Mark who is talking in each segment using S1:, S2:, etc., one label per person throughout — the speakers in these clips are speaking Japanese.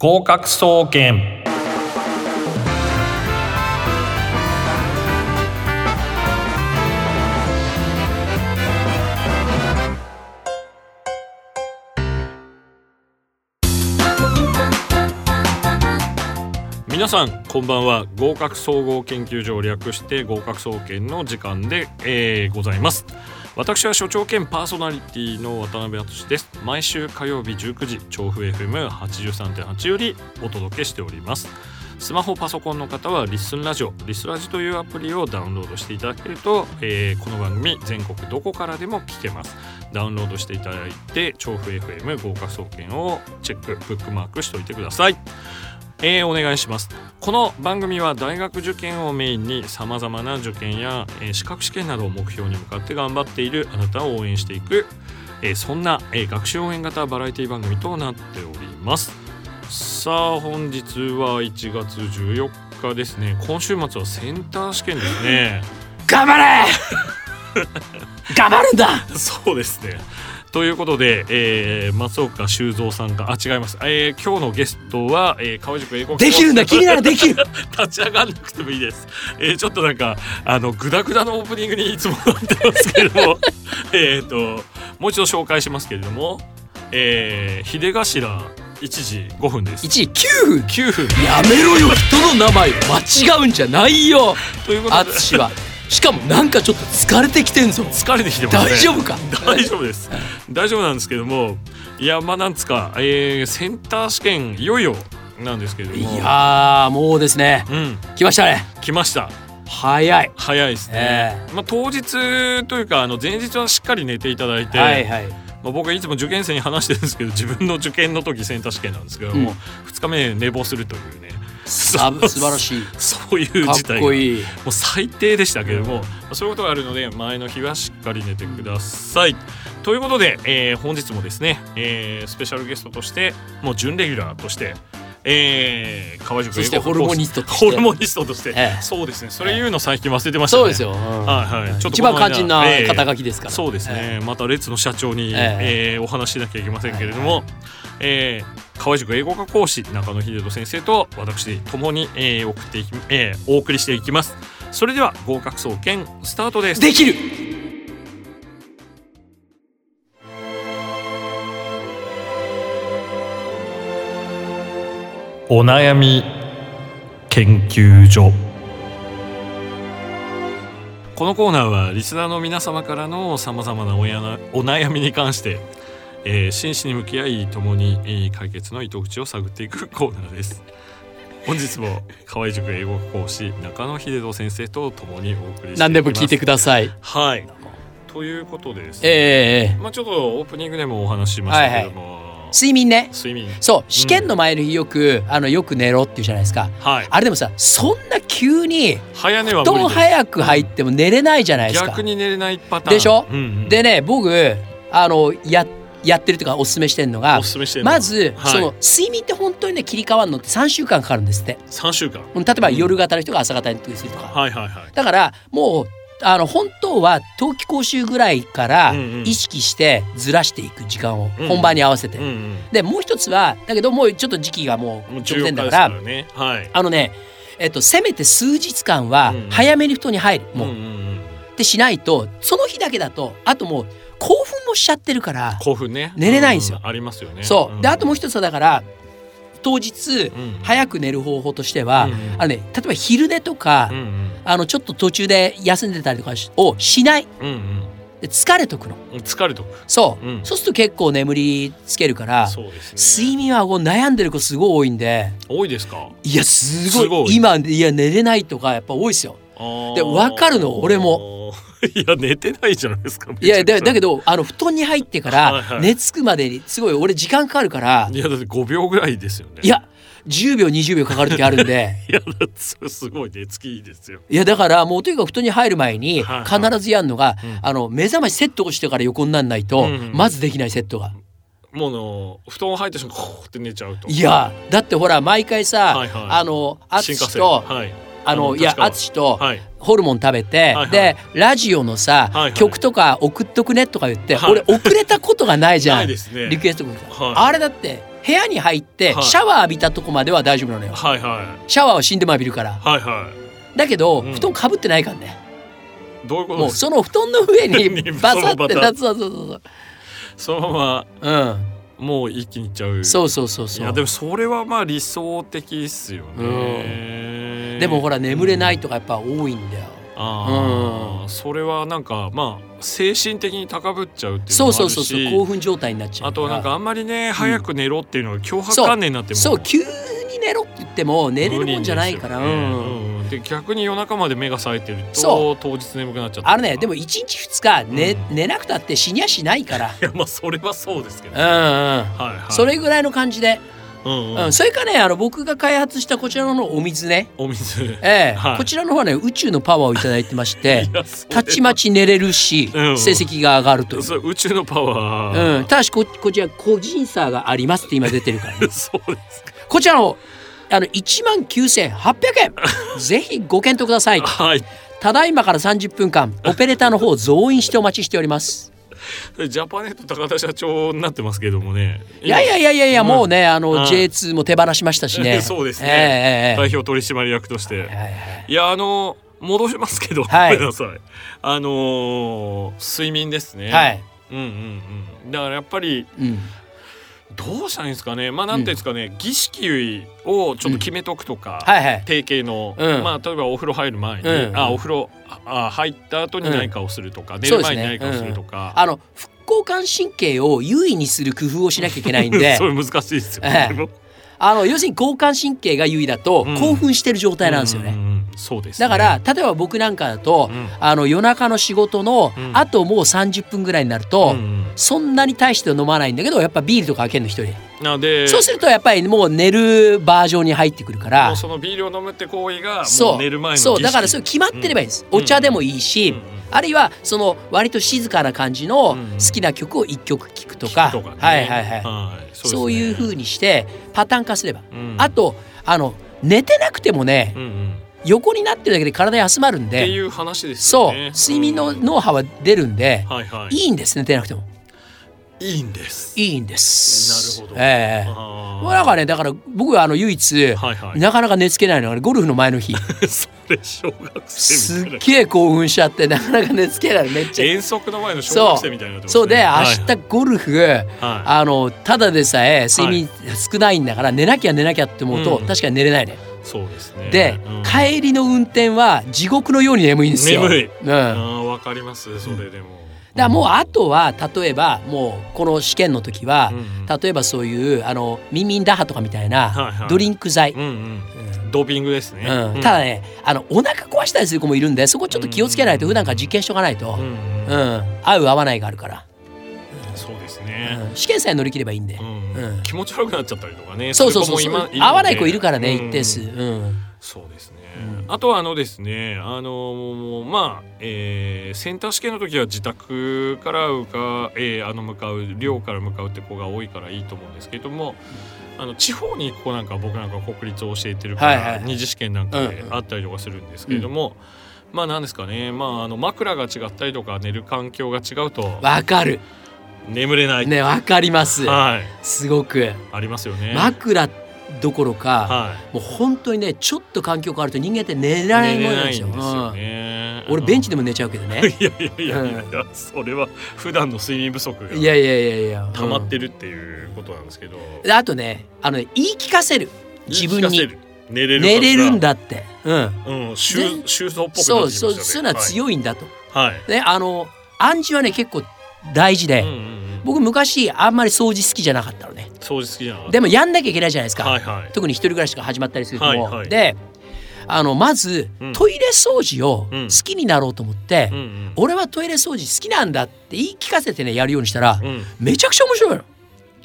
S1: 合格総研皆さんこんばんは合格総合研究所を略して合格総研の時間で、えーございます私は所長兼パーソナリティの渡辺敦です毎週火曜日19時調布 FM83.8 よりお届けしておりますスマホパソコンの方はリッスンラジオリスラジというアプリをダウンロードしていただけると、えーこの番組全国どこからでも聞けますダウンロードしていただいて調布 FM 合格総研をチェックブックマークしておいてくださいえーお願いしますこの番組は大学受験をメインにさまざまな受験や、えー資格試験などを目標に向かって頑張っているあなたを応援していく、えーそんな、えー学習応援型バラエティ番組となっておりますさあ本日は1月14日ですね今週末はセンター試験です ね
S2: 頑張れ 頑張るんだ
S1: そうですねということで、えー松岡修造さんがあ違います、えー今日のゲストは、えー、川宿英語
S2: できるんだ君ならできる
S1: 立ち上がんなくてもいいです。えーちょっとなんかあのグダグダのオープニングにいつもなってますけれども、 えっともう一度紹介しますけれども、えー、秀頭一時5分です。
S2: 1位9分
S1: 9分
S2: やめろよ人の名前を間違うんじゃないよ
S1: ということで
S2: 淳はしかもなんかちょっと疲れてきてんぞ
S1: 疲れてきてますね。
S2: 大丈夫か
S1: 大丈夫です。大丈夫なんですけども、いやまあなんつか、えー、センター試験いよいよなんですけれども、
S2: いやーもうですね
S1: うん
S2: 来ましたね
S1: 来ました。
S2: 早い
S1: 早いですね、まあ、当日というかあの前日はしっかり寝ていただいて、
S2: はいはい
S1: まあ、僕はいつも受験生に話してるんですけど自分の受験の時センター試験なんですけども、
S2: うん
S1: 2日目寝坊するというね
S2: さ素晴ら
S1: い
S2: しい
S1: そういう
S2: か
S1: 事態
S2: っ
S1: が
S2: こいい
S1: もう最低でしたけれども、まあそういうことがあるので前の日はしっかり寝てください。ということで、えー本日もですね、えースペシャルゲストとしてもう準レギュラーとして。えー、川宿
S2: そして
S1: 英語
S2: ホルモニストとして
S1: ホルモニストとして、
S2: ええ
S1: そうですねそれ言うの最近忘れてましたね
S2: そうですよ、うん
S1: はいはいちょっと
S2: 一番肝心な
S1: ええ
S2: 肩書きですから、
S1: そうですね、またレッツの社長に、
S2: え
S1: えーお話ししなきゃいけませんけれども、えー河合塾英語科講師中野秀人先生と私ともに、えー送っていきえーお送りしていきますそれでは合格総研スタートです
S2: できる
S1: お悩み研究所このコーナーはリスナーの皆様からのさまざまなおやなお悩みに関して、えー真摯に向き合い共に、えー解決の糸口を探っていくコーナーです本日も河合塾英語講師中野秀人先生と共にお送りしていきます
S2: 何でも聞いてください
S1: はいということでですね、
S2: ええ
S1: まあちょっとオープニングでもお話ししましたけども、
S2: 睡眠ね
S1: 睡眠
S2: そう試験の前の日よく、あのよく寝ろっていうじゃないですか
S1: はい
S2: あれでもさそんな急に
S1: 早寝は
S2: 布
S1: 無理
S2: 団
S1: です
S2: 早く入っても寝れないじゃないですか
S1: 逆。に寝れないパターン
S2: でしょ
S1: うんうん
S2: でね僕あのややってるとかおすすめしてるのが
S1: おすすめしてるのは
S2: まず、
S1: はい
S2: その睡眠って本当にね切り替わるのって3週間かかるんですって
S1: 3週間
S2: 例えば夜型の人が朝型に徹するとか、
S1: はいはいはい
S2: だからもうあの本当は冬季講習ぐらいから
S1: うんうん
S2: 意識してずらしていく時間を
S1: うん
S2: 本番に合わせて、
S1: うんうん
S2: でもう一つはだけどもうちょっと時期がもう
S1: もう
S2: 直
S1: 14
S2: 前
S1: 日
S2: だ
S1: です
S2: か
S1: かららねはい
S2: あのねえっとせめて数日間は
S1: うん
S2: 早めに布団に入る、もう
S1: うんうんうん
S2: ってしないとその日だけだとあともう興奮もしちゃってるから、
S1: 興奮ね
S2: 寝れないんですよ
S1: ううありますよね
S2: そうであともう
S1: 一
S2: 一つはだから当日早く寝る方法としては、
S1: うんうん
S2: あのね、例えば昼寝とか、
S1: うんうん
S2: あのちょっと途中で休んでたりとかしをしない
S1: うん
S2: で疲れとくの
S1: うん疲れとく
S2: そう、
S1: うん
S2: そうすると結構眠りつけるから、
S1: そうですね
S2: 睡眠はこう悩んでる子すごい多いんで
S1: 多いですか
S2: いやすごい
S1: すごい
S2: 今いや寝れないとかやっぱ多いですよでわ
S1: 分
S2: かるの俺も
S1: いや寝てないじゃないですか
S2: いやだだけ
S1: ど
S2: どあの布団に入ってか
S1: はいは
S2: ら
S1: い
S2: 寝つくまでにすごい俺時間かかるから
S1: いやだって5秒ぐらいですよね
S2: いや10秒20秒かかる時あるんで
S1: いやだってそれすごい寝つきいいですよ
S2: いやだからもうとにかく布団に入る前に
S1: はいはい
S2: 必ずやるのが、
S1: うん
S2: あの目覚ましセットをしてから横にならないと、
S1: うんうん
S2: まずできないセットが。
S1: もうあの布団入った瞬間こうって寝ちゃうと
S2: いやだってほら毎回さ、
S1: はいはい
S2: あの
S1: 新幹
S2: 淳
S1: 線
S2: と
S1: はい
S2: あのいや
S1: 立川
S2: 淳と、
S1: はい
S2: ホルモン食べて、
S1: いはい
S2: でラジオのさ、
S1: はいはい
S2: 曲とか送っとくねとか言って、
S1: はい
S2: 俺遅れたことがないじゃん
S1: ないですね
S2: リクエストくん、
S1: はい
S2: あれだって部屋に入って
S1: はい
S2: シャワー浴びたとこまでは大丈夫なのよ
S1: はいはい
S2: シャワーを死んでも浴びるから
S1: はいはい
S2: だけど
S1: うん
S2: 布団かぶってないからね、
S1: どういうこと
S2: も
S1: で
S2: う
S1: すか
S2: その布団の上に
S1: に
S2: バサ
S1: その
S2: っ
S1: ま
S2: て
S1: た
S2: なそうそうそうそう
S1: そのま
S2: うん
S1: まもう一気にいっちゃう
S2: そうそうそう
S1: い
S2: そう
S1: やでもそれはまあ理想的っすよね
S2: でもほら眠れないいとかやっぱ多いんだよ
S1: あ
S2: う
S1: あ
S2: ん
S1: それはなんかまあ精神的に高ぶっちゃうっていうのも
S2: そ
S1: あ
S2: う
S1: るし
S2: そうそうそう興奮状態になっちゃう
S1: あとはなんかあんまりね、
S2: ん
S1: 早く寝ろっていうのが脅迫観念になっても
S2: そう急に寝ろって言っても寝れるもんじゃないから、
S1: 無理ですよ
S2: う
S1: ね
S2: ん
S1: うんで逆に夜中まで目が冴えてると
S2: そ
S1: 当日眠くなっちゃった
S2: あのねでも1日2日寝,、
S1: うん
S2: 寝なくたって死にゃしな いから
S1: いやまあそれはそうですけど、
S2: うんうん
S1: はいはい
S2: それぐらいの感じで、
S1: うんう
S2: うんん、それかねあの僕が開発したこちらのお水ね、
S1: お水い
S2: ええ
S1: はい
S2: こちらの方はね宇宙のパワーをいただいてまして
S1: やそれ
S2: たちまち寝れるし、
S1: うん
S2: 成績が上がるという、
S1: それ宇宙のパワー、
S2: うん、ただしここちら個人差がありますって今出てるからね
S1: そうですか
S2: こちらのあの1万9800円 ぜひご検討ください
S1: はい
S2: ただいまから30分間オペレーターの方を増員してお待ちしております
S1: ジャパネット高田社長になってますけどもね
S2: いやいやいやいやいや
S1: うん
S2: もうねあの
S1: うん
S2: J2 も手放しましたしね
S1: そうですね
S2: ね
S1: 代表取締役として、
S2: はいはいはい
S1: いやあの戻しますけど、
S2: はい
S1: ごめんなさいあのー睡眠ですね、
S2: はい、
S1: うんうんうんだからやっぱり
S2: うん、
S1: どうしたらいいんですかねまあなんていうんですかね、儀式をちょっと決めとくとか、
S2: はいはい
S1: 定型の、
S2: うん
S1: まあ例えばお風呂入る前に、
S2: うんうん
S1: あお風呂ああ入った後に何かをするとか、寝
S2: そう
S1: る
S2: で
S1: 前
S2: すね
S1: に何かをするとか、
S2: あの副交感神経を優位にする工夫をしなきゃいけないんで
S1: それ難しいですよ、
S2: ええあの要するに交感神経が優位だと
S1: うん
S2: 興奮してる状態なんですよ
S1: う
S2: ね、
S1: んうんそうですね、
S2: だから例えば僕なんかだと、
S1: うん
S2: あの夜中の仕事の、
S1: うん
S2: あともう30分ぐらいになると、
S1: うん
S2: そんなに大して飲まないんだけどやっぱビールとか開けるの一人、
S1: うんなので
S2: そうするとやっぱりもう寝るバージョンに入ってくるか
S1: も
S2: ら
S1: うそのビールを飲むって行為が
S2: そ
S1: も
S2: う
S1: う寝る前の儀式
S2: そうだからそれ決まってればいいんです、
S1: うん
S2: お茶でもいいし、
S1: うんうん
S2: あるいはその割と静かな感じ
S1: う
S2: の
S1: ん
S2: 好きな曲を一曲聴くとか,、
S1: とかね
S2: はいはいはい、
S1: はい
S2: そう
S1: ですね
S2: いう風にしてパターン化すれば、
S1: うん
S2: あとあの寝てなくてもね、
S1: うんうん
S2: 横になってるだけで体休まる
S1: っ
S2: ん
S1: て
S2: で
S1: いう話です
S2: そ
S1: よ
S2: う
S1: ね。
S2: 睡眠の
S1: うん
S2: 脳波は出るんで、
S1: はいはい。
S2: いいんですね寝てなくても
S1: いいんです。
S2: いいんです
S1: なるほど
S2: ええ
S1: あー
S2: だからねだから僕はあの唯一、
S1: はいはい。
S2: なかなか寝つけないのがねゴルフの前の日
S1: それ小学生
S2: す
S1: みたい
S2: っ
S1: な。
S2: げえ興奮しちゃってなかなか寝つけないのめっちゃ
S1: 遠足の前の小学生みたいになってますね。
S2: そうで
S1: はい
S2: 明日ゴルフ、
S1: はい
S2: あのただでさえ睡眠少ないんだから寝なきゃ寝なきゃって思うと、
S1: うん
S2: 確かに寝れないね。
S1: そうですね。
S2: で、
S1: うん
S2: 帰りの運転は地獄のように眠いんですよ。
S1: 眠い。
S2: うん、だ
S1: あ
S2: か
S1: あわかります。それでも。
S2: らもうあとは例えばもうこの試験の時は
S1: う、ん
S2: 例えばそういうあのミンミンダハとかみた
S1: は
S2: い
S1: いは
S2: ないドリンク剤、
S1: うんうん
S2: うん
S1: ドーピングですね。
S2: うん
S1: うん
S2: ただねあのお腹壊したりする子もいるんでそこちょっと気をつけないと
S1: うん
S2: 普段から実験しとかないと、
S1: う
S2: うん
S1: んうん
S2: 合う合わないがあるから、
S1: そうですね。
S2: うん試験さえ乗り切ればいいんで、
S1: うん
S2: うん
S1: 気持ち悪くなっちゃったりとかね。
S2: そうそうそう
S1: する子も今
S2: 合わない子いるからね、
S1: ので
S2: 一定数、うん、
S1: そうですね、
S2: うん
S1: あとはあのですねあのまあ、えーセンター試験の時は自宅からうか、えーあの向かう寮から向かうって子が多いからいいと思うんですけどもあの地方に行く子なんか僕なんか国立を教えてるから、
S2: はいはい
S1: 二次試験なんかで
S2: うんうん
S1: あったりとかするんですけれども、まあなんですかね、まあ、あの枕が違ったりとか寝る環境が違うと
S2: わかる
S1: 眠れない、
S2: ねわかります
S1: はい、
S2: すごく
S1: ありますよね。
S2: 枕どころか
S1: はい
S2: もう本当にねちょっと環境変わると人間って寝られないもんなんですよ
S1: 寝れないんですよね
S2: うん俺ベンチでも寝ちゃうけどね
S1: いやいやいやいやいや、それは普段の睡眠不足が
S2: いやいやいやいや
S1: 溜まって
S2: る、
S1: るっていうことなんですけど、
S2: うんあとねあのね言い聞かせる自分
S1: 言い聞
S2: に
S1: かせる寝れる
S2: 寝れるん
S1: だ、
S2: だってうん
S1: うん、
S2: 全
S1: 収収蔵っぽくなってきました
S2: そう
S1: ね
S2: そうそういうのは強いんだと、
S1: はい、はい
S2: ねあの暗示はね結構大事で、
S1: うんうんうん、
S2: 僕昔あんまり掃除好きじゃなかったのね
S1: 掃除好きじゃなかった
S2: でもやんなきゃいけないじゃないですか、
S1: はいはい
S2: 特に一人暮らしが始まったりするとも、
S1: はいはい
S2: であのまず、
S1: うん
S2: トイレ掃除を
S1: うん
S2: 好きになろうと思って、
S1: うんうん
S2: 俺はトイレ掃除好きなんだって言い聞かせてねやるようにしたら、
S1: うん、
S2: めちゃくちゃ面白いの。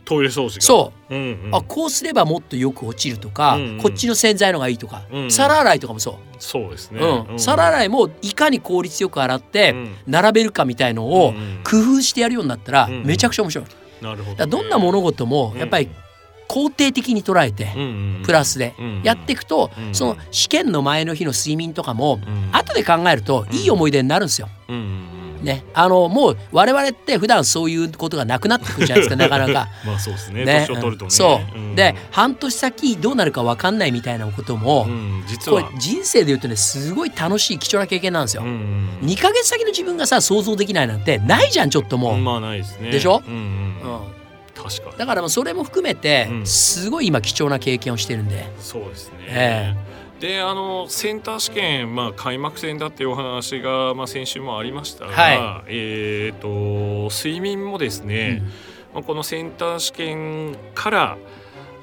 S1: トイレ掃除が、
S2: そう
S1: うんう
S2: う、
S1: ん、
S2: あこうすればもっとよく落ちるとか、
S1: うんうん
S2: こっちの洗剤のがいいとか、
S1: うんうん
S2: 皿洗いとかもそ
S1: そうです
S2: う、
S1: ね、
S2: うん皿洗いもいかに効率よく洗って、
S1: うん
S2: 並べるかみたいのを
S1: うんうん
S2: 工夫してやるようになったら、
S1: うん
S2: めちゃくちゃ面白い。だか
S1: なるほど、ね、
S2: らどんな物事もやっぱり、肯定的に捉えて、
S1: うんうんうん、
S2: プラスで
S1: うんうん
S2: やっていくと、
S1: うん
S2: その試験の前の日の睡眠とかも
S1: うん
S2: 後で考えるといい思い出になるんですよ。
S1: うんうんうん
S2: ねあのもう我々って普段そういうことがなくなってくるじゃない ですかなかなか。
S1: まあそうですね
S2: ね
S1: 年を取るとね
S2: そう、
S1: ん
S2: で半年先どうなるか分かんないみたいなことも、
S1: うん、実
S2: これ
S1: は
S2: 人生で言うとねすごい楽しい貴重な経験なんですよ。
S1: うんうん
S2: 2ヶ月先の自分がさ想像できないなんてないじゃんちょっともう、
S1: まあないですね
S2: でしょ
S1: うん
S2: う
S1: うんん、確かに
S2: だからもうそれも含めて、
S1: うん
S2: すごい今貴重な経験をしてるんで
S1: そうですね、
S2: え
S1: であのセンター試験、まあ、開幕戦だっていうお話が、まあ、先週もありましたが、
S2: は
S1: えー、と睡眠もですね、まあ、このセンター試験から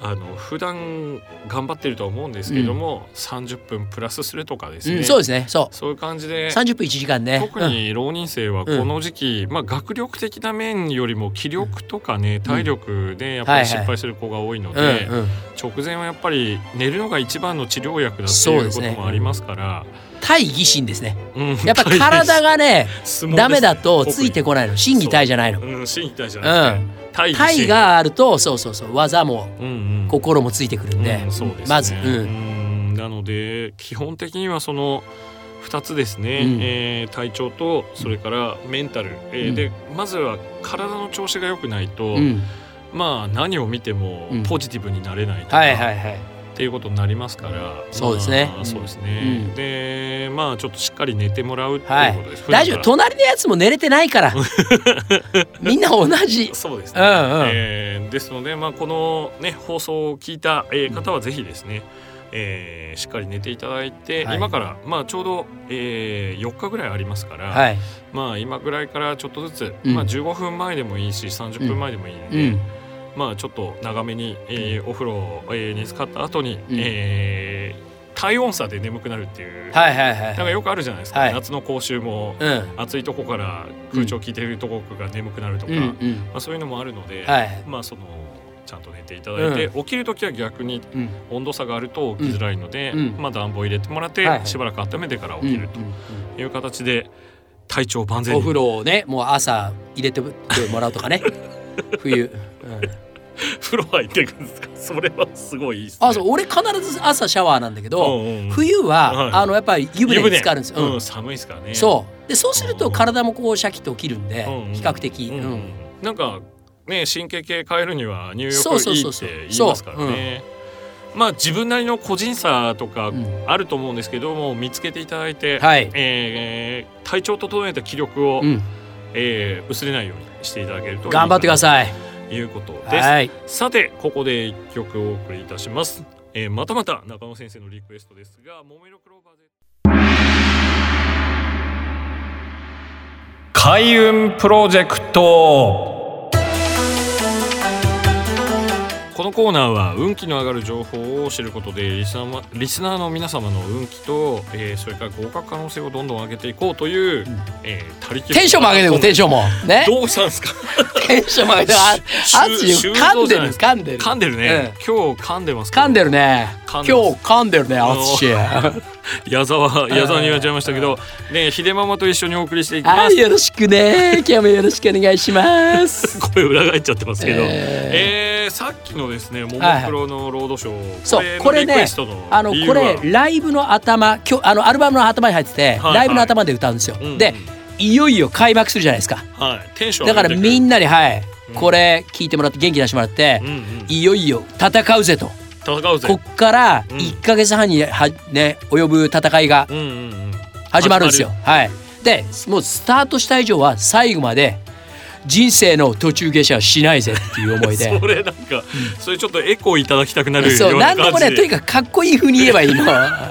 S1: あの普段頑張ってるとは思うんですけども、30分プラスするとかです
S2: うん
S1: ね、
S2: うんそうですねそ
S1: そういう感じで
S2: う30分1時間ね
S1: 特に浪人生はこの時期、まあ、学力的な面よりも気力とかね、体力でやっぱり失敗する子が多いので、
S2: うんうんうん
S1: 直前はやっぱり寝るのが一番の治療薬だって
S2: そう
S1: い
S2: で
S1: う
S2: す
S1: こ
S2: ね
S1: ともありますから
S2: 対疑心ですね
S1: うん
S2: やっ ぱ体がね
S1: 相撲です
S2: ダメだとついてこないの心技体じゃないの
S1: うん心技体じゃ
S2: う
S1: なくて
S2: ん
S1: 体
S2: 体があるとそうそうそう技も
S1: うんうん
S2: 心もついてくるんで,、
S1: うんそうですね
S2: まず、う、
S1: うんんなので基本的にはその2つですね、
S2: うん
S1: えー体調とそれからメンタル、えー
S2: うん
S1: でまずは体の調子が良くないと、
S2: うん、
S1: まあ何を見ても
S2: うん
S1: ポジティブになれないとか、
S2: はいはいはい
S1: っていうことになりますから
S2: そうですね
S1: まあそうですね、
S2: うん
S1: でまあちょっとしっかり寝てもらうっていうことです、
S2: 大丈
S1: 普段
S2: 夫
S1: か
S2: 隣のやつも寝れてないから みんな同じ
S1: らそうですね、
S2: うんうん
S1: えーですので、まあ、この、ね、放送を聞いたえー方はぜひですね、えーしっかり寝ていただいて、
S2: はい
S1: 今から、まあ、ちょうど、え4日ぐらいありますから、
S2: はい、
S1: まあ、今ぐらいからちょっとずつ、
S2: うん
S1: まあ、15分前でもいいし30分前でもいいの
S2: う
S1: で、
S2: ん、
S1: まあちょっと長めに、えーお風呂を、えーに使った後に、えー体温差で眠くなるっていう、
S2: はいはいはい
S1: なんかよくあるじゃないですか、
S2: はい
S1: 夏の講習も
S2: うん
S1: 暑いとこから空調効いてるとこが眠くなるとか、
S2: うん
S1: ま
S2: うん
S1: あ、そういうのもあるので、
S2: はい
S1: まあそのちゃんと寝ていただいて、
S2: う
S1: 起きる時は逆に
S2: うん
S1: 温度差があると起きづらいので、
S2: うん
S1: まあ、暖房入れてもらって、
S2: はいはい
S1: しばらく温めてから
S2: う
S1: 起き
S2: ん
S1: るという形で体調を万全
S2: お
S1: に
S2: 風呂をねもう朝入れてもらうとかね冬、うん
S1: 風呂入っていくんですかそれはすごいいいですね。
S2: あそう俺必ず朝シャワーなんだけど、
S1: うんうんうん
S2: 冬は、
S1: はい
S2: あのやっぱり湯船に浸かるんですよ、
S1: うん
S2: うん
S1: 寒いですからね
S2: そうでそうす
S1: う
S2: ると
S1: ん
S2: 体もこうシャキッと起きるんで、
S1: うんうん
S2: 比較的、うん
S1: なんかね神経系変えるには入
S2: そう
S1: 浴
S2: そう
S1: いい
S2: そ
S1: っ
S2: うそう
S1: て言いますからね、まあ自分なりの個人差とか
S2: うん
S1: あると思うんですけども見つけていただいて、
S2: はい、
S1: えー体調整えた気力を、
S2: うん、
S1: えー薄れないようにしていただけるといいかな
S2: 頑張ってください
S1: ということです、
S2: はい
S1: さてここで一曲お送りいたします、えーまたまた中野先生のリクエストですが桃色クローバー Z 開運プロジェクトこのコーナーは運気の上がる情報を知ることでリスナーはリスナーの皆様の運気と、えーそれから合格可能性をどんどん上げていこうという、
S2: ん
S1: えー、他力
S2: テンションも上げていこうテン
S1: シ
S2: ションもね
S1: どうしたんですか
S2: テンションも上げてあ
S1: し
S2: あっち
S1: 修
S2: 噛
S1: 造
S2: ん
S1: じ
S2: で
S1: ゃない
S2: る
S1: です
S2: 噛んでる
S1: 噛んでるね
S2: え、
S1: 今日噛んでますけど
S2: 噛んでるね
S1: 噛
S2: 今
S1: ん
S2: 日
S1: でます
S2: 噛んでるねあっち
S1: 矢沢矢沢に言われちゃいましたけど、ね秀ママと一緒にお送りしていきま
S2: は
S1: す
S2: い。よろしくね今日もよろしくお願い します
S1: 声裏返っちゃってますけど、え
S2: えー
S1: ーさっきのですね、もも
S2: はい
S1: クロのロードショー、
S2: そう
S1: の
S2: これね
S1: リクエストの
S2: あの
S1: 理由
S2: こ
S1: は
S2: れライブの頭今日あのアルバムの頭に入ってて、
S1: はい
S2: ライブの頭で歌うんですよ、
S1: うん
S2: でいよいよ開幕するじゃないですか
S1: はい、テンション
S2: だからみ
S1: な、
S2: んなにはい、
S1: うん
S2: これ聞いてもらって元気出してもらって
S1: うん、うん、
S2: いよいよ戦うぜと
S1: 戦うぜ
S2: こ。っから
S1: うん
S2: 1ヶ月半には、ね、及ぶ戦いが
S1: うんうんうん。
S2: 始まるんですよ。はい、でもうスタートした以上は最後まで人生の途中下車はしないぜっていう思いで
S1: そ。れなんか、それちょっとエコーいただきたくなるよ
S2: そうう
S1: な
S2: 何で
S1: 感
S2: も
S1: じ
S2: ねと
S1: で
S2: にかくかっこいい風に言えばいいの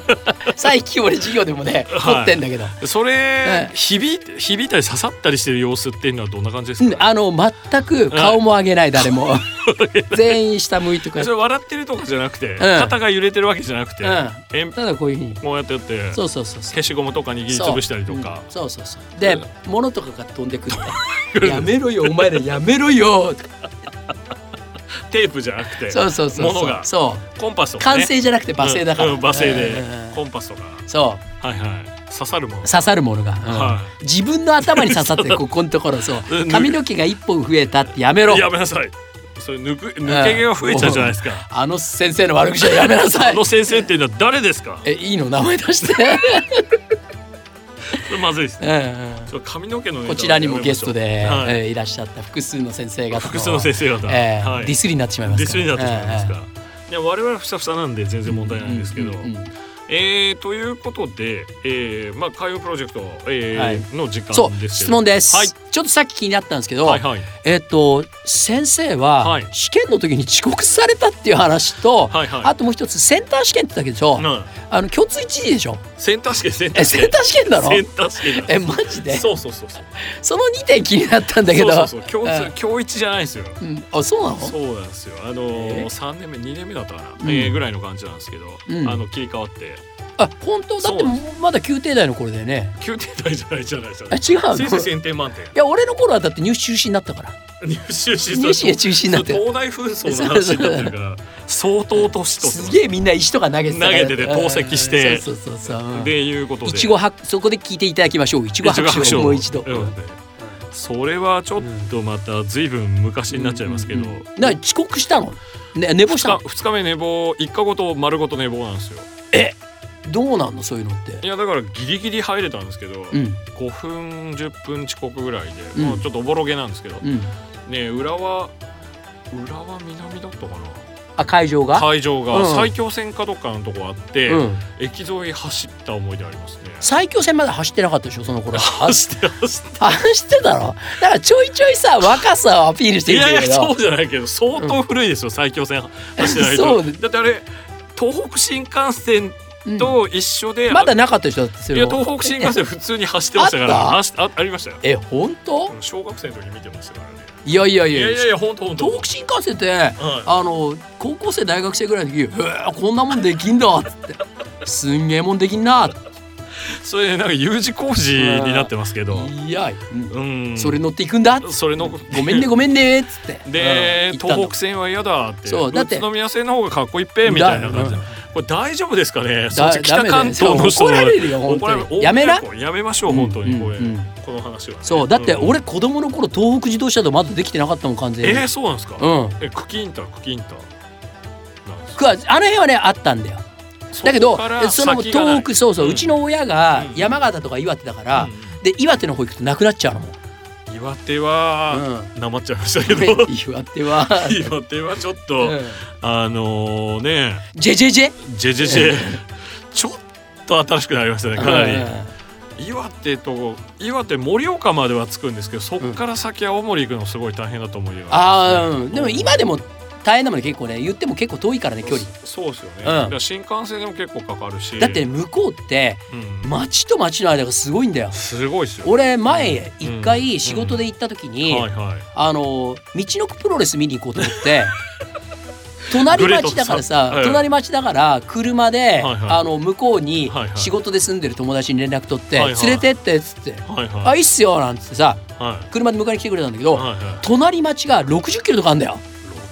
S2: 最近俺授業でもね
S1: はい
S2: 撮ってんだけど、
S1: それ、
S2: う
S1: 響いて響いたり刺さったりしてる様子っていうのはどんな感じです
S2: うん
S1: か、
S2: あの全く顔も上げない誰も 全員下向いてくれ
S1: それ笑ってるとかじゃなくて、肩が揺れてるわけじゃなくて、
S2: うん
S1: えん
S2: ただこういうふうに
S1: こうやってやって
S2: そうそうそうそう
S1: 消しゴムとか握りつぶしたりとか、
S2: そう,、うんそうそうそうで物とかが飛んでくる のやめろよお前らやめろよとか
S1: テープじゃなくて
S2: そうそうそうそう
S1: 物が
S2: そう
S1: コンパスとか、
S2: 完
S1: ね、
S2: 成じゃなくて罵声だから、
S1: うんうん、罵声で、
S2: うんうんうん
S1: コンパスとか
S2: そう
S1: はいはい刺さるもん
S2: 刺さるものが、うん
S1: は
S2: 自分の頭に刺さってるここのところそう
S1: うん
S2: 髪の毛が一本増えたってやめろ
S1: やめなさいそれ抜く抜け毛が増えちゃうじゃないですか、
S2: あの先生の悪口はやめな さ
S1: あ
S2: い
S1: の先生っていうのは誰ですか
S2: えいいの名前出して
S1: それまずいですね
S2: うんうん
S1: ちょっと髪の毛のネタは
S2: こちらにもゲストで、
S1: やめましょうはい
S2: えーいらっしゃった複数の先生方の
S1: 複数の先生方、
S2: えー
S1: はい、
S2: ディスりになってしまいます
S1: ディスりになってしまいますからら、いや我々はふさふさなんで全然問題ないんですけど、
S2: うんうんうん
S1: えー、ということで、えーまあ、海洋プロジェクト、えー
S2: はい
S1: の時間ですけど
S2: そう質問です、
S1: はい
S2: ちょっとさっき気になったんですけど、
S1: はいはい
S2: えっ、と先生は、
S1: はい
S2: 試験の時に遅刻されたっていう話と、
S1: はいはい
S2: あともう一つセンター試験ってだけでしょ、
S1: な
S2: あの共通一時でしょ
S1: センター試験センタ
S2: え
S1: ー試
S2: セン
S1: 験
S2: ター試験だろ
S1: センター試験だ
S2: えマジでそ
S1: そうそうそうそう
S2: の2点気になったんだけど
S1: そうそうそう今日、
S2: うん
S1: 今日一じゃないですよ
S2: うん、あそうなの
S1: そうなんですよあの
S2: え
S1: ー、
S2: ー
S1: 3年目2年目だったかな、
S2: うん
S1: えーぐらいの感じなんですけど、
S2: うん
S1: あの切り替わって
S2: あ本当だって
S1: そう
S2: まだ宮廷大の頃だよね
S1: 9点台じゃないじゃないじゃ
S2: あ
S1: ない
S2: 違
S1: 先
S2: うの
S1: 生
S2: い
S1: 1000点満点
S2: や俺の頃はだって入試中止になったから
S1: 入試し
S2: 入試が中止になって
S1: 東大紛争の話にな ってるから相当年取ってます
S2: すげえみんな石とか投げてたから
S1: 投げてて投石して
S2: そうそうそうそう
S1: っていうことで
S2: いちごはそこで聞いていただきましょういちご白書をもう一度、
S1: うんそれはちょっとまた随分昔になっちゃいますけど、
S2: うんうんうんな遅刻したの、ね、寝坊した
S1: 2
S2: の
S1: 日二日目寝坊1日ごと丸ごと寝坊なんですよ
S2: どうなんのそういうのっ
S1: い
S2: て
S1: やだからギリギリ入れたんですけど、
S2: うん
S1: 5分10分遅刻ぐらいで、
S2: うん
S1: もうちょっとおぼろげなんですけど、
S2: うん
S1: ね浦和浦和南だったか
S2: あ会場
S1: な
S2: が、
S1: 会場が
S2: うん
S1: 埼京線かどっかのとこあって、
S2: うん、
S1: 駅沿い走った思い出ありますね
S2: 最強戦まだ走ってなかったでしょその頃走
S1: 走って走って
S2: ってたろだからちょいちょいさ若さをアピールして
S1: い
S2: るんだ
S1: やい
S2: け
S1: やそう
S2: ど
S1: じゃないけど相当古いですよ、埼京線走ってない
S2: そう
S1: とだってあれ東北新幹線と一緒で、
S2: まだなかったでしょだってそ
S1: い
S2: れ
S1: や
S2: も
S1: 東北新幹線普通に走ってましたか
S2: あった
S1: ら走あありましたよ
S2: え本当
S1: うん小学生の時見てましたからね
S2: いやいやい
S1: いや
S2: や
S1: いやいや本当本当
S2: 東北新幹線って
S1: は
S2: あの高校生大学生ぐらいの時「へえこんなもんできんだ」っつって「すんげえもんできんな」って
S1: いそれでなんか U 字工事になってますけど
S2: いや、うん
S1: うん
S2: それ乗っていくんだ」っつって
S1: それの
S2: ご めんねごめんね」っつって
S1: で
S2: うん行ったの
S1: 東北線は嫌だって
S2: そうだって
S1: 宇都宮線の方がかっこいいっぺみたいな感じで
S2: だ
S1: これ大丈夫ですかねそ
S2: だ
S1: っち北関東の人
S2: ダメだよ怒られるよ本
S1: 怒ら
S2: 当
S1: れ
S2: に
S1: る
S2: やめな
S1: 大きな声やめましょう本当にこれ
S2: うんうんうん
S1: この話はね
S2: そうだって
S1: ん
S2: 俺子供の頃東北自動車道まだできてなかったもん完全に、
S1: えーそうなんですか
S2: うん
S1: えクキンタクキンタなんです
S2: くわあの辺はねあったんだよ
S1: か
S2: だけ
S1: そ
S2: ど
S1: こから
S2: その
S1: 先がない
S2: 東北そうそう、
S1: う
S2: うんちの親が
S1: うん
S2: 山形とか岩手だから、
S1: うん
S2: で岩手の方行くとなくなっちゃうのもん、
S1: 岩手は
S2: うん
S1: なまっちゃいましたけど
S2: 岩手は、
S1: 岩手はちょっ
S2: う
S1: と、
S2: ん、
S1: あのね
S2: ジェジェジェ
S1: ジェジェジェちょっと新しくなりましたねかなり、
S2: うん
S1: 岩手と岩手盛岡までは着くんですけどそこから先青森行くのすごい大変だと思うよ、
S2: あー、うん、でも今でも大変だもんね結構ね言っても結構遠いからね距離
S1: そうですよね、だ
S2: ん
S1: から新幹線でも結構かかるし
S2: だってね、向こうって
S1: うん
S2: 町と町の間がすごいんだよ
S1: すごいですよ
S2: 俺前
S1: うん
S2: 一回仕事で行った時に、
S1: はいはい
S2: あの道のくプロレス見に行こうと思って 隣町だから
S1: グレートさんは
S2: さ
S1: い
S2: 隣町だから車で、
S1: はいはい
S2: あの向こうに
S1: はいはい
S2: 仕事で住んでる友達に連絡取って「
S1: はいはい
S2: 連れてって」っつって「
S1: はい
S2: あ
S1: はい
S2: いっすよ」なんつってさ
S1: はい
S2: 車で迎えに来てくれたんだけど、
S1: はいは
S2: 隣町が60キロとかあんだよ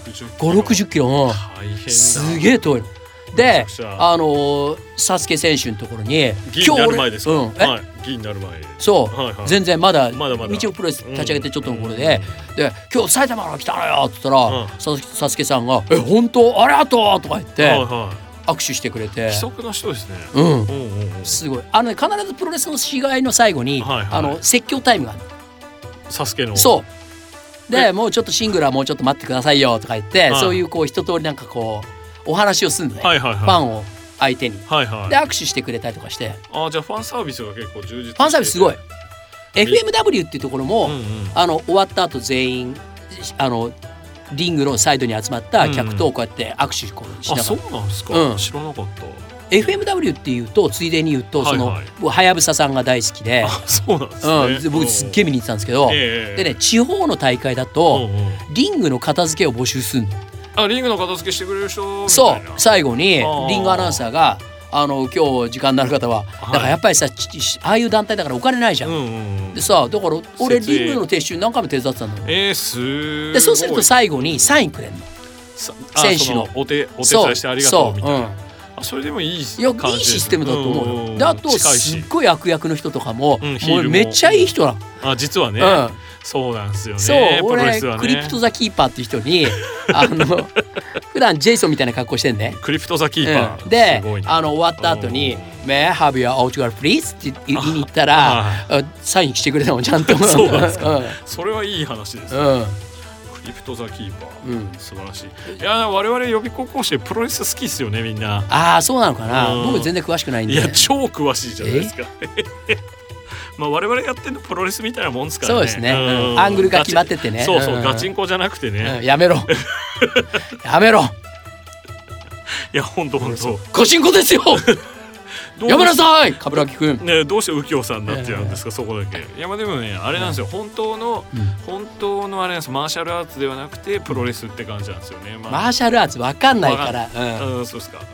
S1: い60
S2: 560キロ、うん
S1: 大変だ
S2: すげ
S1: え
S2: え遠いの。
S1: めちゃ
S2: で
S1: くちゃ
S2: あのーサスケ選手のところに
S1: 議員になる前ですか、
S2: 今日俺うんえ
S1: はい議員になる前
S2: そう、
S1: はいはい
S2: 全然まだ
S1: まだまだ
S2: 道をプロレス立ち上げてちょっとの頃で、
S1: うん
S2: で「今日埼玉から来たのよ」っつったら、
S1: うん
S2: さサスケさんが「え本当ありがとう!」とか言って
S1: はいは
S2: 握手してくれ
S1: い
S2: て
S1: 規、則の人ですね、
S2: うん
S1: うんうんうん、
S2: すごいあの、ね、必ずプロレスの試合の最後に、
S1: はいはい
S2: あの説教タイムがある
S1: サスケの
S2: そう
S1: え
S2: でもうちょっとシングルはもうちょっと待ってくださいよとか言って、
S1: はい
S2: そういうこう一通りなんかこうお話をするのね、
S1: はいはいはい
S2: ファンを相手に。
S1: はいはい
S2: で握手してくれたりとかして
S1: あーじゃあファンサービスが結構充実してて
S2: ファンサービスすごい FMW っていうところも、
S1: うんうん
S2: あの終わった後全員あのリングのサイドに集まった客とこうやって握手こうし
S1: あ
S2: なが
S1: そ
S2: ら、
S1: うなんですか、
S2: うん
S1: 知らなかっ
S2: FMW っていうとついでに言うと
S1: はい
S2: その
S1: はい
S2: 僕はやぶささんが大好きで
S1: た、あそうなんですね、
S2: うん、で僕すっげえ
S1: え
S2: 見に行ってたんですけど、
S1: ええ
S2: でね地方の大会だ
S1: うん
S2: と、
S1: うん
S2: リングの片付けを募集するの
S1: あリングの片付けしてくれる人み
S2: そ
S1: た
S2: う
S1: いな
S2: 最後に
S1: あー
S2: リングアナウンサーが「あの今日時間のある方は」
S1: はい
S2: だからやっぱりさちああいう団体だからお金ないじゃん。
S1: うんうん
S2: でさだから俺
S1: 設営
S2: リングの撤収何回も手伝ってたんだよ。
S1: えー、すーごい
S2: でそうすると最後にサインくれんの。
S1: さあ
S2: 選手の
S1: そお手お手
S2: そ
S1: 伝
S2: う
S1: いしてありがとうみたいな
S2: そう
S1: あそれでもいい
S2: いや
S1: 感じです
S2: いいシステムだと思
S1: ん
S2: うんよ。
S1: ん
S2: であと
S1: 近い
S2: す
S1: し
S2: っごい悪役の人とかも,、
S1: うんヒー
S2: も
S1: ルも
S2: うめっちゃいい人なの。
S1: あ実はね、
S2: うん
S1: そうなんですよね
S2: そう、
S1: プロレ
S2: 俺
S1: スはね
S2: クリプトザキーパーっていう人 にあの普段ジェイソンみたいな格好してんね。
S1: クリプトザキーパー、
S2: うん、です
S1: ごいね
S2: あの終わった後に「May I have your autograph please?」って言いに行ったら
S1: あ
S2: あサインしてくれたもんちゃんと
S1: そうなんですか
S2: うん
S1: それはいい話です、
S2: うん
S1: クリプトザキーパー、
S2: うん
S1: 素晴らしいいや我々予備高校生プロレス好きですよねみんな
S2: ああそうなのかな
S1: うん
S2: 僕全然詳しくないん
S1: い
S2: で
S1: や超詳しいじゃないですか まあ我々やってるのプロレスみたいなもんですからね
S2: そうですねうん
S1: ん
S2: アングルが決まっててね
S1: ガチそうそう、
S2: うん
S1: ガチンコじゃなくてね、
S2: うん やめろやめろ
S1: いやほんとほんと
S2: ご進行ですよ
S1: どう
S2: やめなさい冠城くん
S1: ね、どうして右京さんになっちゃうんですか、そこだけいやまあでもねあれなんですよ、本当の、
S2: うん
S1: 本当のあれなんですマーシャルアーツではなくてプロレスって感じなんですよね、まあ
S2: マーシャルアーツわかんないからうん
S1: うん、そうですか。うん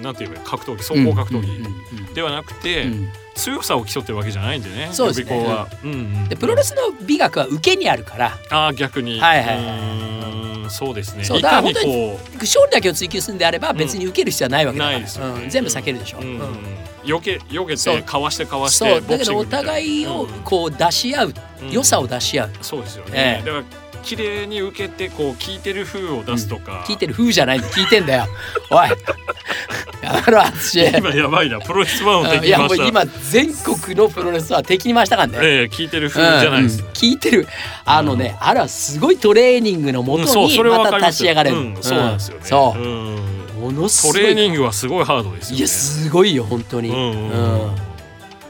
S1: なんて言えばいい格闘技、総合格闘技、
S2: うんうんうん
S1: ではなくて、
S2: うん
S1: 強さを競ってるわけじゃないんでね。
S2: そうですね
S1: 予備校は、うんうん
S2: でプロレスの美学は受けにあるから
S1: ああ逆に、
S2: はいはいはいう
S1: ーんそうですね。
S2: そう
S1: いかに
S2: だから
S1: こ
S2: 勝利だけを追求するんであれば別に受ける必要はないわ
S1: う
S2: けだか
S1: な
S2: ら、
S1: いですよ、ね
S2: うん全部避けるでしょ、
S1: うん
S2: うん
S1: 避け避け
S2: そう
S1: てかわしてかわして
S2: そう
S1: ボ
S2: だ
S1: ク
S2: け
S1: シン
S2: ど
S1: グ
S2: お
S1: みたいな
S2: 互いを
S1: うん
S2: こう出し合う、
S1: うん
S2: 良さを出し合う
S1: そうですよね。
S2: ええ
S1: だから綺麗に受けてこう聞いてる風を出すとか。
S2: 聞いてる風じゃないの聞いてん だよおい やめろ淳
S1: 今やばいなプロレスワンをで
S2: うんい
S1: き
S2: やも
S1: ま
S2: う
S1: した。
S2: 今全国のプロレスは敵に回したからね、
S1: ええ聞いてる風じゃないです。
S2: うんうん聞いてるあのね、あれはすごいトレーニングのも
S1: うん
S2: と
S1: そう
S2: に
S1: それは
S2: ま
S1: わか
S2: た
S1: りま
S2: 立
S1: す
S2: ち上がれる、
S1: うんそうなんですよね、
S2: うんそう
S1: うん
S2: ものす
S1: ト
S2: ごい
S1: レーニングはすごいハードですよね
S2: いやすごいよ本当に、
S1: うんうんうん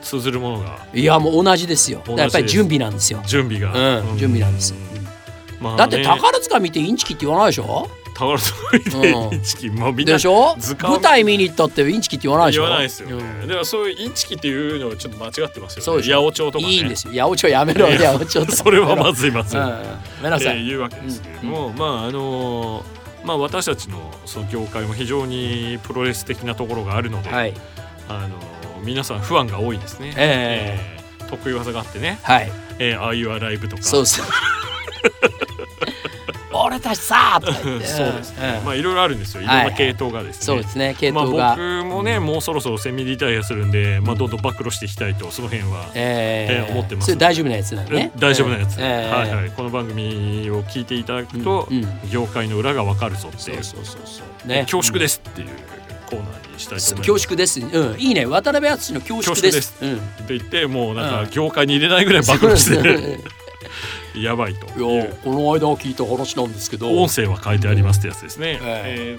S1: 通ずるものが
S2: うんいやもう同じですよだからやっぱり
S1: 同じです
S2: 準備なんですよ
S1: 準備が、
S2: うん、準備なんです。
S1: まあね
S2: だって宝塚見てインチキって言わないでしょ。
S1: 宝塚見て
S2: うん
S1: インチキもうみんな
S2: でしょ
S1: 図。鑑
S2: 舞台見に行ったってインチキって言わないでし
S1: 言
S2: ょ。
S1: わないですよね、
S2: うん
S1: でもそういうインチキっていうのはちょっと間違ってます
S2: そ
S1: よ
S2: うで
S1: ね
S2: し
S1: 八
S2: ょ
S1: 百長とかね
S2: いいんですよ。八百長やめろ。
S1: いや
S2: 八百長。
S1: それはま
S2: ず。
S1: ずいま
S2: う
S1: ず
S2: ん。
S1: い、
S2: ご
S1: っ
S2: めんな
S1: て
S2: さい。
S1: いうわけですけれども、まああのーまあ私たちのその業界も非常にプロレス的なところがあるので、
S2: はい。
S1: あのー皆さん不安が多いですね、
S2: え
S1: え得意技があってね、
S2: はい。
S1: えー、ああいうアライブとか
S2: そ うそう。俺たちさーとか
S1: う
S2: 言っ
S1: ん
S2: て。
S1: そうですね、
S2: うん
S1: まあいろいろあるんですよいろん
S2: はい
S1: な
S2: はい
S1: 系統がです
S2: そ
S1: ね、
S2: うですね。系統が。
S1: まあ、僕もね、もうそろそろセミリタイアするんで、まあ、どんどん暴露していきたいとその辺は、
S2: え
S1: えー思ってます
S2: それ大丈夫なやつなのね。
S1: 大丈夫なやつ、
S2: うんえー
S1: はいはい、この番組を聞いていただくと、
S2: うんうん
S1: 業界の裏がわかるぞっていう
S2: そうそうそう。
S1: え
S2: ね。
S1: 恐縮ですっていうコーナーにしたいと思います。
S2: 恐縮です。うん。いいね。渡辺淳の恐縮です。うん。
S1: って言ってもうなん
S2: うん
S1: か業界に入れないぐらい暴露して、 やばいと
S2: い
S1: い
S2: や
S1: う
S2: この間聞いた話なんですけど
S1: 音声は書いてありますってやつですね。
S2: え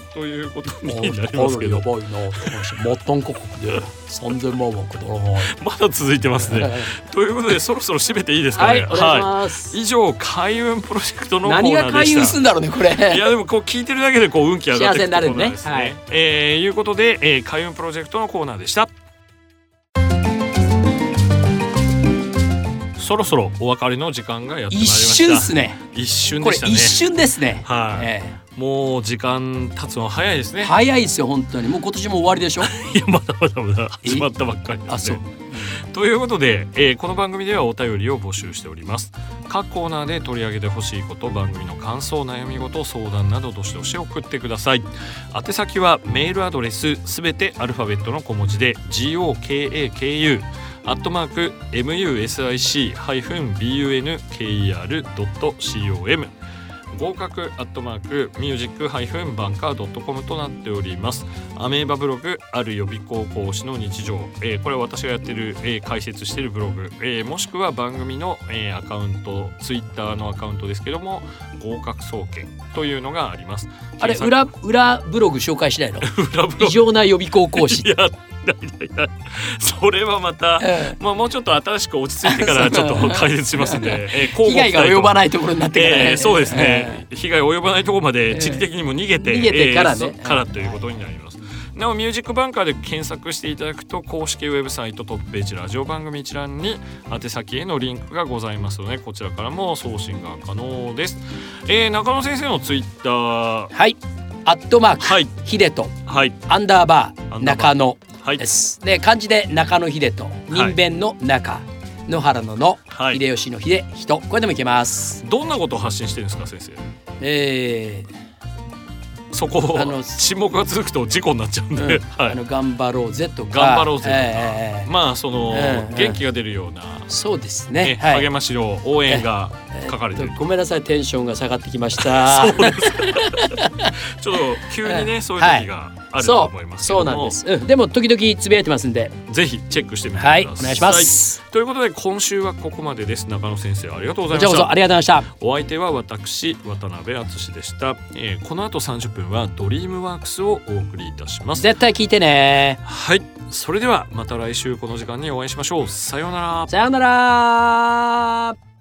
S1: えーということ
S2: あ
S1: になりますけど
S2: やばいなって話末端価格で3000万はくだらない
S1: まだ続いてますね。ということでそろそろ締めていいですかね。
S2: ます、
S1: 以上開運プロジェクトのコーナーでし
S2: 何
S1: た
S2: が開運すんだろうねこれ
S1: いやでもこう聞いてるだけでこう運気上がってく
S2: 幸せになるね
S1: コーナーですね。
S2: はい
S1: えーいうことで、えー開運プロジェクトのコーナーでした。そろそろお別れの時間がやってまいり
S2: 一
S1: ました。
S2: 瞬っすね
S1: 一瞬
S2: こ
S1: で
S2: れ
S1: したね。
S2: 一瞬ですね、
S1: はい、
S2: え
S1: もう時間経つの早いです
S2: え
S1: ね。
S2: 早いですよ本当にもう今年も終わりでし
S1: い
S2: ょ
S1: やまだまだまだ始まったばっかりなんで
S2: あそう
S1: ということで、えーこの番組ではお便りを募集しております各コーナーで取り上げてほしいこと番組の感想悩み事相談などどしどし送ってください宛先はメールアドレスすべてアルファベットの小文字で gokaku アットマーク music-bunker.com 合格アットマークミュージックハイフンバンカードットコムとなっておりますアメーバブログある予備高校師の日常、えーこれは私がやってる、えー解説してるブログ、えーもしくは番組の、えーアカウントツイッターのアカウントですけども合格総研というのがあります
S2: あれ
S1: 検索
S2: 裏裏ブログ紹介しないの
S1: 裏ブロ
S2: 異
S1: グ
S2: 常な予備高校師
S1: いやないないないそれはまた
S2: ええ
S1: まあもうちょっと新しく落ち着いてからちょっと解説しますん で、えー、
S2: 被害が及ば
S1: ない
S2: ないところになってから、
S1: え
S2: ね
S1: ーそうです
S2: ええ
S1: ね、被害及ばないところまで地理的にも逃げて、
S2: ええ逃げてからね
S1: そからということになります。なお、ミュージックバンカーで検索していただくと、公式ウェブサイトトップページ、ラジオ番組一覧に宛先へのリンクがございますので、こちらからも送信が可能です。えー、中野先生のツイッター、
S2: はいアットマーク、
S1: はい
S2: ヒデと
S1: はい、
S2: アンダーバ
S1: ア
S2: ー
S1: ンダーバ
S2: 中野
S1: はい
S2: で、す。で漢字で中野秀と人弁の中、野原の野、
S1: はい
S2: 秀吉の秀人これでもいけます。
S1: どんなことを発信してるんですか、先生。
S2: えー
S1: そこ
S2: あの
S1: 沈黙が続くと事故になっちゃうん
S2: うん
S1: で、 は
S2: あ
S1: い、
S2: の頑張ろうぜとか
S1: 頑張ろうぜとか
S2: ええええ
S1: まあその、
S2: うんうん
S1: 元気が出るような、
S2: そうです
S1: ね
S2: ねはい
S1: 励ましの応援が書かれてる
S2: えっとごめんなさいテンションが下がってきました そう
S1: ちょっと急にねそういう時があると思いますけ
S2: そ
S1: ど
S2: うなん
S1: も
S2: で、す、うん、でも時々つぶやいてますんで
S1: ぜひチェックしてみてくださ。
S2: はいいお願いします、
S1: ということで今週はここまでです中野先生ありがとうござい
S2: こちら
S1: ま
S2: こ
S1: し
S2: そ
S1: た
S2: ありがとうございまし
S1: お相手は私渡辺敦でした、えーこの後30分はドリームワークスをお送りいたしたます
S2: 絶対聞いてね
S1: はいそれではまた来週この時間にお会いしましょうさようなら
S2: さようなら